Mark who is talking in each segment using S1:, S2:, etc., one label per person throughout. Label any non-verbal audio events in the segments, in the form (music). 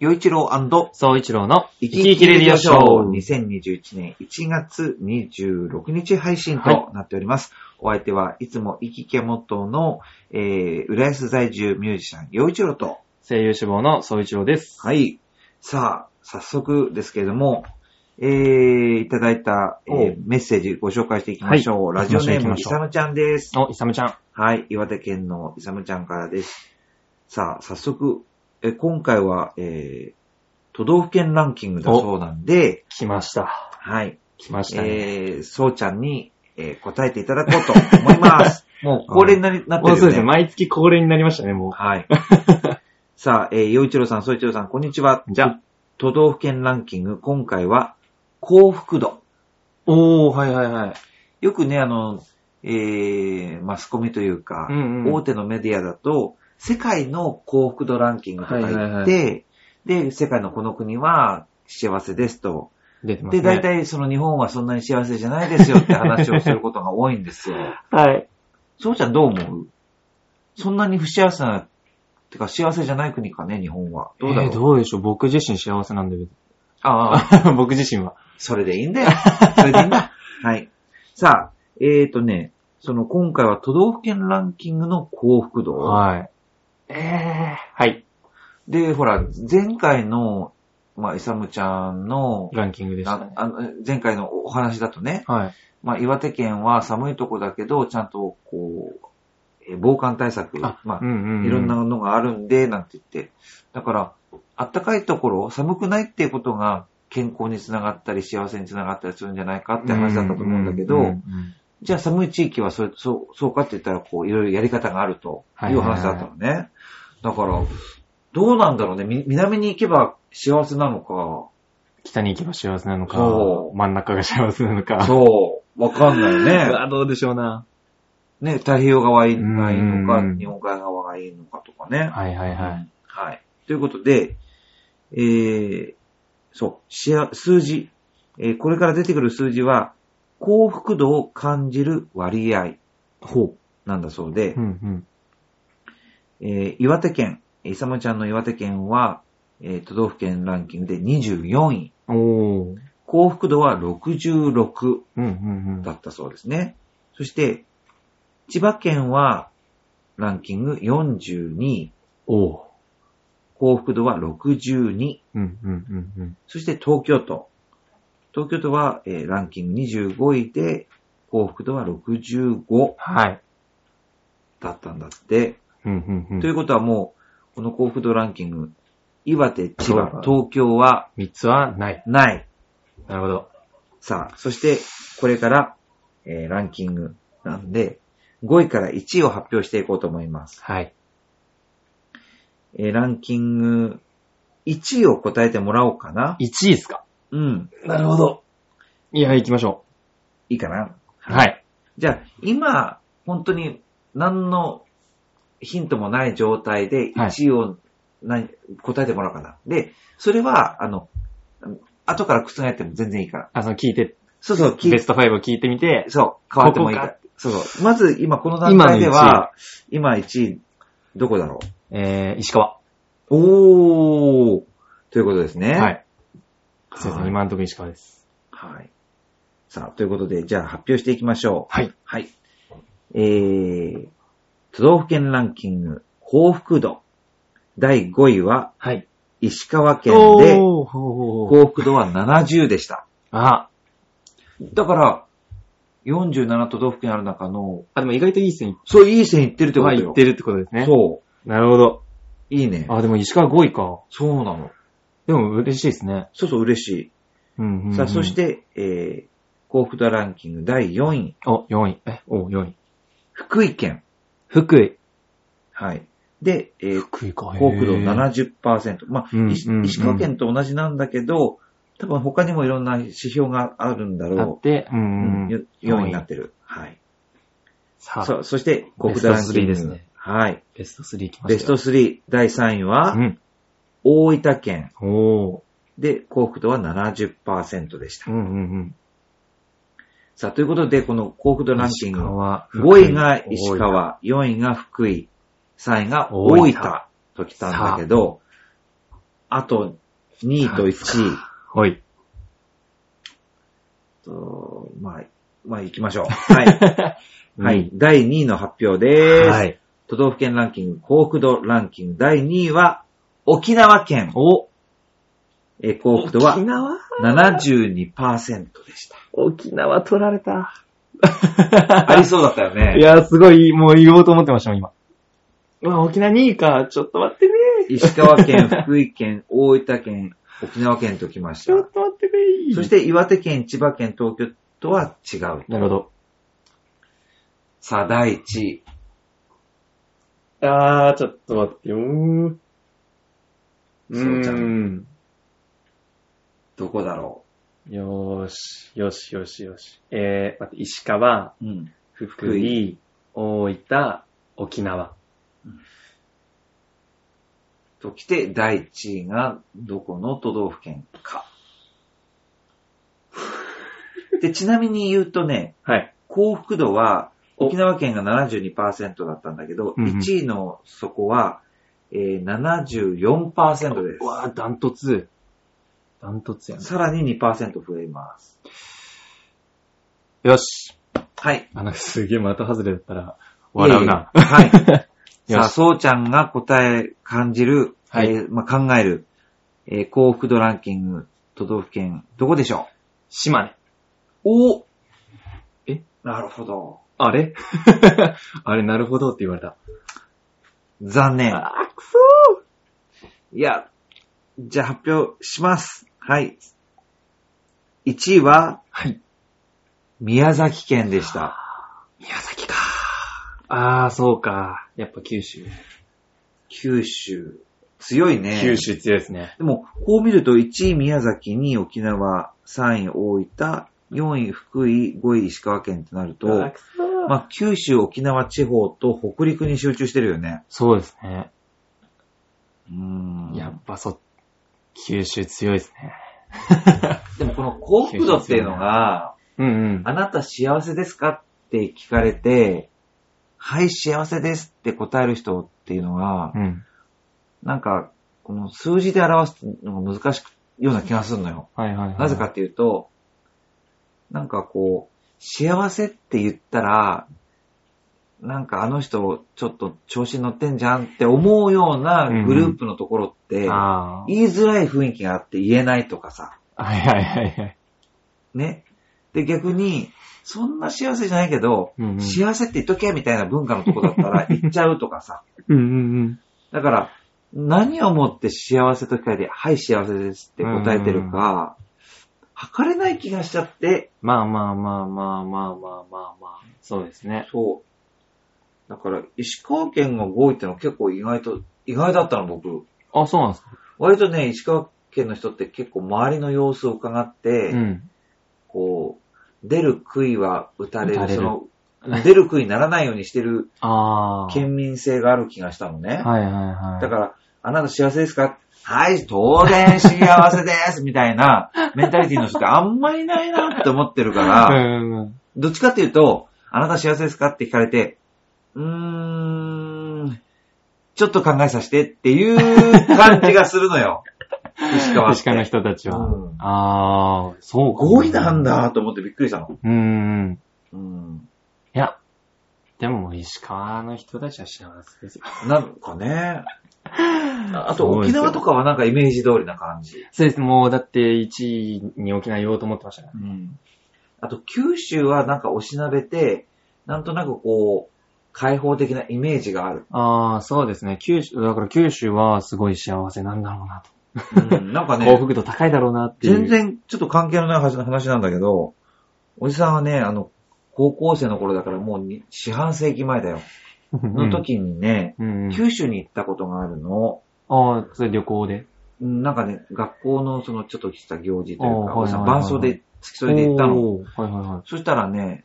S1: 洋一郎
S2: 総一郎の
S1: 生
S2: 生き生きレディオショー。
S1: 2021年1月26日配信となっております。お相手はいつも生き家元の、えー、浦安在住ミュージシャン、洋一郎と。
S2: 声優志望の総一郎です。
S1: はい。さあ、早速ですけれども、えー、いただいた、えー
S2: おう
S1: メッセージご紹介していきましょう。
S2: は
S1: ラ
S2: い
S1: ジオネー
S2: 行き
S1: ム、
S2: ま
S1: イ
S2: しょう
S1: サムちゃんです。
S2: お、いさむちゃん。
S1: はい、岩手県のイサムちゃんからです。さあ、早速、え今回は、えー、都道府県ランキングだそうなんで、
S2: 来ました。
S1: はい、
S2: 来ましたね。
S1: えー、そうちゃんに、えー答えていただこうと思います。 (laughs) もう恒例になりなって
S2: もう
S1: るよ
S2: そうです
S1: ね。
S2: ね。毎月恒例になりましたね、
S1: (laughs)
S2: も
S1: はい。さあ、えー、洋一郎さん、総一郎さん、こんにちは。
S2: う。じゃあ。
S1: 都道府県ランキング、今回は、幸福度。
S2: おー、はいはいはい。
S1: よくね、あの、えー、マスコミというか、
S2: うんうん。
S1: 大手のメディアだと、世界の幸福度ランキングとか言って、
S2: はいはいは
S1: で、世界のこの国は幸せですと。
S2: 出てま
S1: で、
S2: すね。
S1: 大体その日本はそんなに幸せじゃないですよって話をすることが多いん
S2: (laughs)
S1: ですよ。
S2: はい。
S1: そうちゃんどう思うそんなに不幸せな、てか幸せじゃない国かね、日本は。どうだろう,、
S2: えーどうでしょう僕自身幸せなんだけ
S1: ああ、
S2: ど。 (laughs) 僕自身は。
S1: それでいいんだよ。それでいいん
S2: (laughs)
S1: だ。はい。さあ、えーとね、その今回は都道府県ランキングの幸福度。
S2: はい。えー、はい。
S1: で、ほら、前回の、まあ、イサムちゃんの、
S2: ランキングでした
S1: な
S2: ね。
S1: あの前回のお話だとね、
S2: はい。
S1: まあ、岩手県は寒いとこだけど、ちゃんと、こう、え防寒対策、ま
S2: う
S1: あ、
S2: んうんうん。
S1: いろんなのがあるんで、なんて言って。だから、あったかいところ、寒くないっていうことが、健康につながったり、幸せにつながったりするんじゃないかって話だったと思うんだけど、
S2: ううんうん
S1: じゃあ寒い地域はそれそう、そうかって言ったら、こう、いろいろやり方があるという話だったのね。だから、どうなんだろうね。み南に行けば幸せなのか。
S2: 北に行けば幸せなのか
S1: そ、う
S2: 真ん中が幸せなのか。
S1: そう。わかんないうね。
S2: わ (laughs) どうでしょうな。
S1: ね、太平洋側がいいの
S2: う
S1: か、
S2: ん
S1: 日本海側がいいのかとかね。
S2: はいはいはい。
S1: はい。ということで、えー、そう、しあ数字、えーこれから出てくる数字は、幸福度を感じる割合
S2: ほ
S1: なんだそうで、
S2: う。うんうん。
S1: えー岩手県、イサムちゃんの岩手県は、えー都道府県ランキングで24位。
S2: おー。
S1: 幸福度は66
S2: うんうんうん。
S1: だったそうですね。そして、千葉県はランキング42位。
S2: おー。
S1: 幸福度は62。
S2: うんうんうんうん。
S1: そして東京都。東京都は、えーランキング25位で、幸福度は65
S2: はい。
S1: だったんだって。
S2: うんうんうん。
S1: ということはもう、この幸福度ランキング、岩手、千
S2: そうだ
S1: 葉、東京は
S2: 三つはない。
S1: ない。
S2: なるほど。
S1: さあ、そして、これから、えーランキングなんで、5位から1位を発表していこうと思います。
S2: はい。
S1: えーランキング、1位を答えてもらおうかな。
S2: 一位ですか
S1: うん。
S2: なるほど。いや、行きましょ
S1: いいかな。
S2: う。はい。
S1: じゃあ、今、本当に、何のヒントもない状態で、
S2: はい
S1: 1位を、何答えてもらおうかな。で、それは、あの、後から覆っても全然いいから。
S2: あ、その聞いて、
S1: そうそう、聞い
S2: ベスト5を聞いてみて、
S1: そう、変わってもいいから。
S2: こ
S1: そうそう。まず、今この段階では、今1位、どこだろ
S2: えー、石川。
S1: うおーということですね。
S2: はい。そうです
S1: は
S2: ね、
S1: い。
S2: 今のところ石川です。
S1: はい。さあ、ということで、じゃあ発表していきましょう。
S2: はい。
S1: はい。えー、都道府県ランキング、幸福度。第5位は、
S2: はい。
S1: 石川県で、
S2: おーほー。
S1: 幸福度は70でした。
S2: あ、
S1: だから、47都道府県ある中の、
S2: あ、でも意外といい線いっ
S1: そう、いい線いってるって
S2: て
S1: ことよ。
S2: いってるってことですね。。
S1: そう
S2: なるほど。
S1: う。いいね。
S2: あ、でも石川5位か。
S1: そうなの。
S2: でも嬉しいですね。
S1: そうそう、嬉しい。
S2: うんうんうん。
S1: さあ、そし。て、えー、幸福度ランキング第4位、
S2: お、4位。え、お、4位。
S1: 福井県。
S2: 福井。
S1: はい。で、えー、
S2: 福井か。
S1: 幸福度
S2: へー。
S1: 70%。まあ、
S2: うん
S1: 石
S2: うんうん
S1: 石川県と同じなんだけど、多分他にもいろんな指標があるんだ
S2: あ
S1: ろ
S2: っ、て、う
S1: うんん
S2: うん。
S1: よ4位になってる。はい。
S2: さあ、
S1: そそして、幸福度ランキング。
S2: ベスト3ですね
S1: はい。
S2: ベスト3来ましたよ。
S1: ベスト3、第3位は
S2: う、ん。
S1: 大分県。
S2: おー。
S1: で、幸福度は70%でした。
S2: うんうんうん。
S1: さあ、ということで、この幸福度ランキング。
S2: 川
S1: 5位が石。川、4位が福井、3位が大
S2: 大
S1: 分
S2: 分
S1: と来たんだけど、あと2位と1位
S2: はい。
S1: と、まあ、まあ行きましょう。
S2: (laughs)
S1: はい。はい。第2位の発表
S2: うん。
S1: です。
S2: はい。
S1: 都道府県ランキング、幸福度ランキング、第2位は沖縄県。
S2: お、
S1: えー幸福度は
S3: 沖縄
S1: 72%でした。
S3: 沖縄取られた。
S1: ありそうだったよ
S2: (laughs) い
S1: ね。
S2: や、すごい、もう言おうと思ってましたもん、今。
S3: まあ、沖縄2位か。ちょっと待ってね。
S1: 石川県、福井県、大分県、沖縄県ときまし
S3: ちょ
S1: た
S3: っ。と待ってね。
S1: そして岩手県、千葉県、東京とは違う。
S2: なるほど。
S1: さあ、第1位。
S3: あー、ちょっと待ってよー。う
S1: そうちゃん
S3: ーん。
S1: どこだろ
S3: よーし、よしよしよし。えー、待って、石川、
S1: う。うん。
S3: 福井、大分、沖縄。
S1: ときて、第1位がどこの都道府県か。で、ちなみに言うとね、
S3: はい。
S1: 幸福度は
S3: お
S1: 沖縄県が72%だったんだけど、
S2: うんうん
S1: 1位のそこは、えー、74%で
S2: わぁ、ダントツ。ダントツや
S1: す。さらに2%増えます。
S2: よし。
S1: はい。
S2: あの、すげえ的外れだったら、笑うな。
S1: いえいえ
S2: (laughs)
S1: はい。
S2: し
S1: さあ、そうちゃんが答え、感じる、
S2: はい
S1: えーまあ、考える、えー幸福度ランキング、都道府県、どこでしょう
S2: 島根。
S1: お
S2: え
S1: なるほど。
S2: あれ (laughs) あれ、なるほどって言われた。
S1: 残念。
S3: あー、くそ
S1: いや、じゃあ発表します。はい。1位は、
S2: はい。
S1: 宮崎県でした。
S2: 宮崎か。あー、そうか。やっぱ九州。
S1: 九州。強いね。
S2: 九。州強いですね。
S1: でも、こう見ると、1位宮崎、2位沖縄、3位大分、4位福井、5位石川県ってなると、
S3: ー。あー、くそー。
S1: まあ、九州、沖縄地方と北陸に集中してるよね。
S2: そうですね。
S1: うーん。
S2: やっぱそ、九州強いですね。
S1: でもこの幸福度っていうのが、
S2: うんうん。
S1: あなた幸せですかって聞かれて、はい、幸せですって答える人っていうのは、
S2: うん。
S1: なんか、この数字で表すのが難しいような気がするのよ。
S2: はいはいはい。
S1: なぜかっ。ていうと、なんかこう、幸せって言ったら、なんかあの人ちょっと調子に乗ってんじゃんって思うようなグループのところって、
S2: あ
S1: 言いづらい雰囲気があって言えないとかさ。
S2: あ。はいはいはいはい。
S1: ね。で、逆に、そんな幸せじゃないけど、
S2: うんうん。
S1: 幸せって言っとけみたいな文化のとこだったら言っちゃうとかさ。
S2: うんうんうん。
S1: だから、何をもって幸せと聞かれて、はい、幸せですって答えてるか、測れない気がしちゃって、
S2: まあまあまあまあまあまあまあまあ。そうですね。
S1: そう。だから、石川県が5位ってのは結構意外と、意外だったの僕。
S2: あ、そうなんですか。
S1: 割とね、石川県の人って結構周りの様子を伺って、
S2: うん。
S1: こう、出る杭は打たれ
S2: 打た
S1: る、
S2: れる
S1: その、出る杭にならないようにしてる
S2: ああ。
S1: 県民性がある気がしたのね。
S2: はいはいはい。
S1: だから、あなた幸せですかはい、当
S2: (laughs)
S1: 然幸せですみたいなメンタリティの人ってあんまりいないなって思ってるから、
S2: うんうんうん。
S1: どっちかっていうと、あなた幸せですかって聞かれて、うーん、ちょっと考えさせてっていう感じがするの
S2: (laughs)
S1: よ。石川って。
S2: 確かの人たちは。
S1: うん
S2: ああ、そうか。
S1: 5位なん。だと思ってびっくりしたの。
S2: うんうん。
S1: うん。
S2: いや、でも石川の人たちは幸せですよ。
S1: なんかね。ああと
S2: そうで
S1: 沖
S2: すよ
S1: 縄とかはなんかイメージ通りな感じ。
S2: そうです。もうだって1位に沖縄言おうと思ってましたから。
S1: うんあと九州はなんかおしなべて、なんとなくこう、開放的なイメージがある。
S2: ああ、そうですね。九州、だから九州はすごい幸せなんだろうなと。
S1: うん、なんか
S2: 幸
S1: ね、
S2: 福度高いだろうなってい
S1: 全。
S2: う。
S1: 然ちょっと関係のない話話なんだけど、おじさんはね、あの、高校生の頃だからもうに四半世紀前だよ。の時にね、
S2: うんうん。
S1: 九州に行ったことがあるの。
S2: ああ、それ旅行で。
S1: うんなんかね、学校のそのちょっとした行事というか、
S2: おー
S1: おじさん
S2: はいはいはい
S1: 伴奏で付き添いで行ったの。
S2: おーはいはいはい。
S1: そしたらね、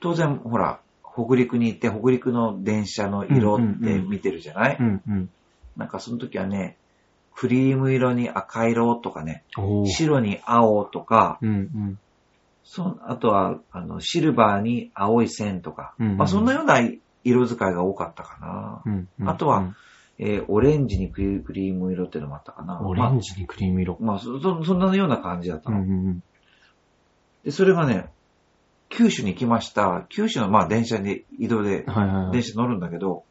S1: 当然、ほら、北陸に行って、北陸の電車の色って見てるじゃない、
S2: うんうん。
S1: なんかその時はね、クリーム色に赤色とかね、
S2: おー
S1: 白に青とか、
S2: うんうん。
S1: そあとはあのシルバーに青い線とか、
S2: うんうん
S1: まあ、そんなような色使いが多かったかな。
S2: うんうん。
S1: あとは
S2: うん、
S1: えーオレンジにクリクリーム色っていうのもあったかな。
S2: オレンジにクリーム色。
S1: まあ、まあそ、そそんなような感じだった
S2: うん
S1: の、
S2: うんうん。
S1: で、それがね、九州に来ました。九州の、まあ、電車に移動で、
S2: はいはいはい
S1: 電。車乗るんだけど、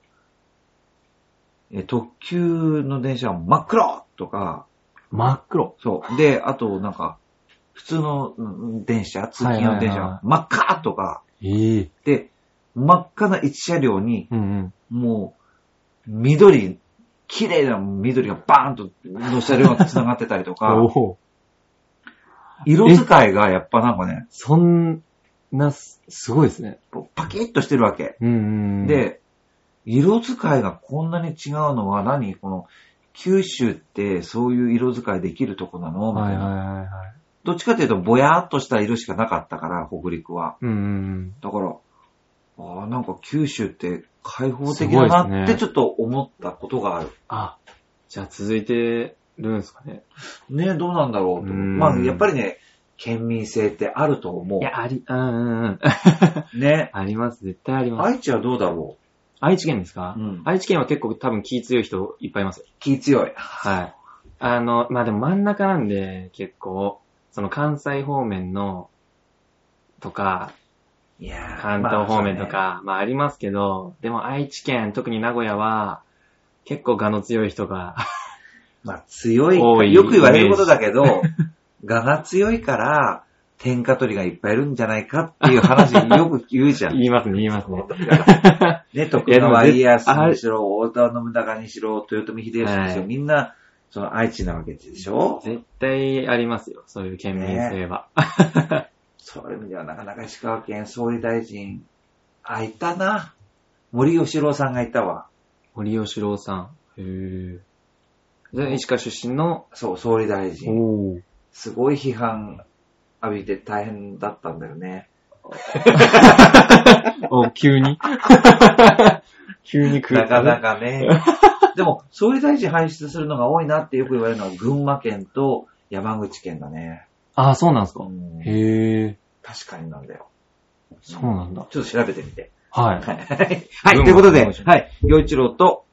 S1: えー特急の電車は真っ黒とか、
S2: 真っ黒。
S1: そう。で、あと、なんか、普通のうん電車、通勤の電
S2: は
S1: 車
S2: いはいはいは
S1: は真っ赤とか、
S2: ええ。
S1: で、真っ赤な一車両に、
S2: うんうん。
S1: もう、緑、綺麗な緑がバーンとの車両が繋がってたりとか、
S2: おお。
S1: 色使いがやっぱなんかね、
S2: そんな、すすごいですね。
S1: こうパキッとしてるわけ。
S2: うんうんうん。、
S1: で、色使いがこんなに違うのは何この、九州ってそういう色使いできるとこなのみた
S2: はいい
S1: な、
S2: はいはいはい。
S1: どっちかというと、ぼやーっとした色しかなかったから、北陸は。
S2: うんうん
S1: だから、ああ、なんか九州って開放的
S2: すごいで
S1: だ
S2: す
S1: な
S2: ね
S1: ってちょっと思ったことがある。
S3: あ、じゃあ続いてるんですかね。
S1: ねどうなんだろうと思う
S2: うん
S1: まあ、やっぱりね、県民性ってあると思。
S3: いうや、あり、うんうん (laughs) うん。
S1: ね。
S3: あります、絶対あります。
S1: 愛知はどうだろ
S3: 愛知県ですか
S1: う、うん。
S3: 愛知県は結構多分気強い人いっぱいいますよ。
S1: 気強い。
S3: はい。あの、まあ、でも真ん中なんで、結構、その関西方面の、とか、
S1: いやー
S3: 関東方面と。か、まあ、ありますけど、でも愛知県、特に名古屋は、結構我の強い人
S2: (laughs)
S3: が、
S1: まあ、強い
S3: 多い
S1: よく言われることだけど、 (laughs) 我が強いから、天下取りがいっぱいいるんじゃないかってい
S3: (laughs)
S1: う話よく言うじゃん。
S3: 言いますね、言いますね。
S1: (laughs) ね、徳
S3: いやでも
S1: 川
S3: 絶
S1: 家康にしろ、大田信長にしろ、豊臣秀吉にしろ、
S3: はい
S1: みんな、その愛知なわけでしょ
S3: 絶対ありますよ、そういう県民性は。
S1: そういう意味ではなかなか石川県総理大臣、あ、いたな。森吉郎さんがいたわ。
S3: 森吉郎さん。へぇじゃあ、石川出身の、
S1: そう、総理大臣。
S3: お
S1: すごい批判浴びて大変だったんだよね。
S2: お、急に (laughs) 急に来
S1: な
S2: る。
S1: かなか
S2: (laughs)
S1: ね。でも、総理大臣輩出するのが多いなってよく言われるのは群馬県と山口県だね。
S2: ああ、そうなんですか。
S1: うん
S2: へえ、
S1: 確かになんだよ。
S2: そうなんだ。
S1: ちょっと調べてみて。
S2: はい。
S1: はい、ということで、
S2: 群馬県
S1: はい、洋一郎と、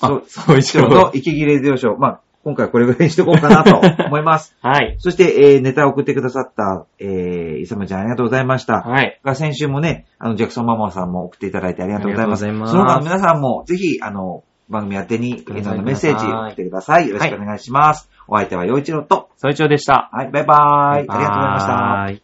S2: あ、そう、一
S1: 一郎の
S2: 応。
S1: 息切れ上昇。まあ、今回これぐらいにしとこうかなと思います。
S2: はい。
S1: そして、えーネタを送ってくださった、えー、いさまちゃんありがとうございました。
S2: はい。
S1: が先週もね、あの、ジャクソンママさんも送っていただいてありがとうございます。
S3: ありがとうご
S1: そ
S3: ざい
S1: の
S3: ます
S1: 他の皆さんも、ぜひ、あの、番組宛てに、え
S3: ください
S1: ーのメッセージ送ってください。よろしくお願いします。お相手は、陽一郎と、
S2: 総一応でした。
S1: はい、バイバーイ。ありがとうございました。
S2: いました。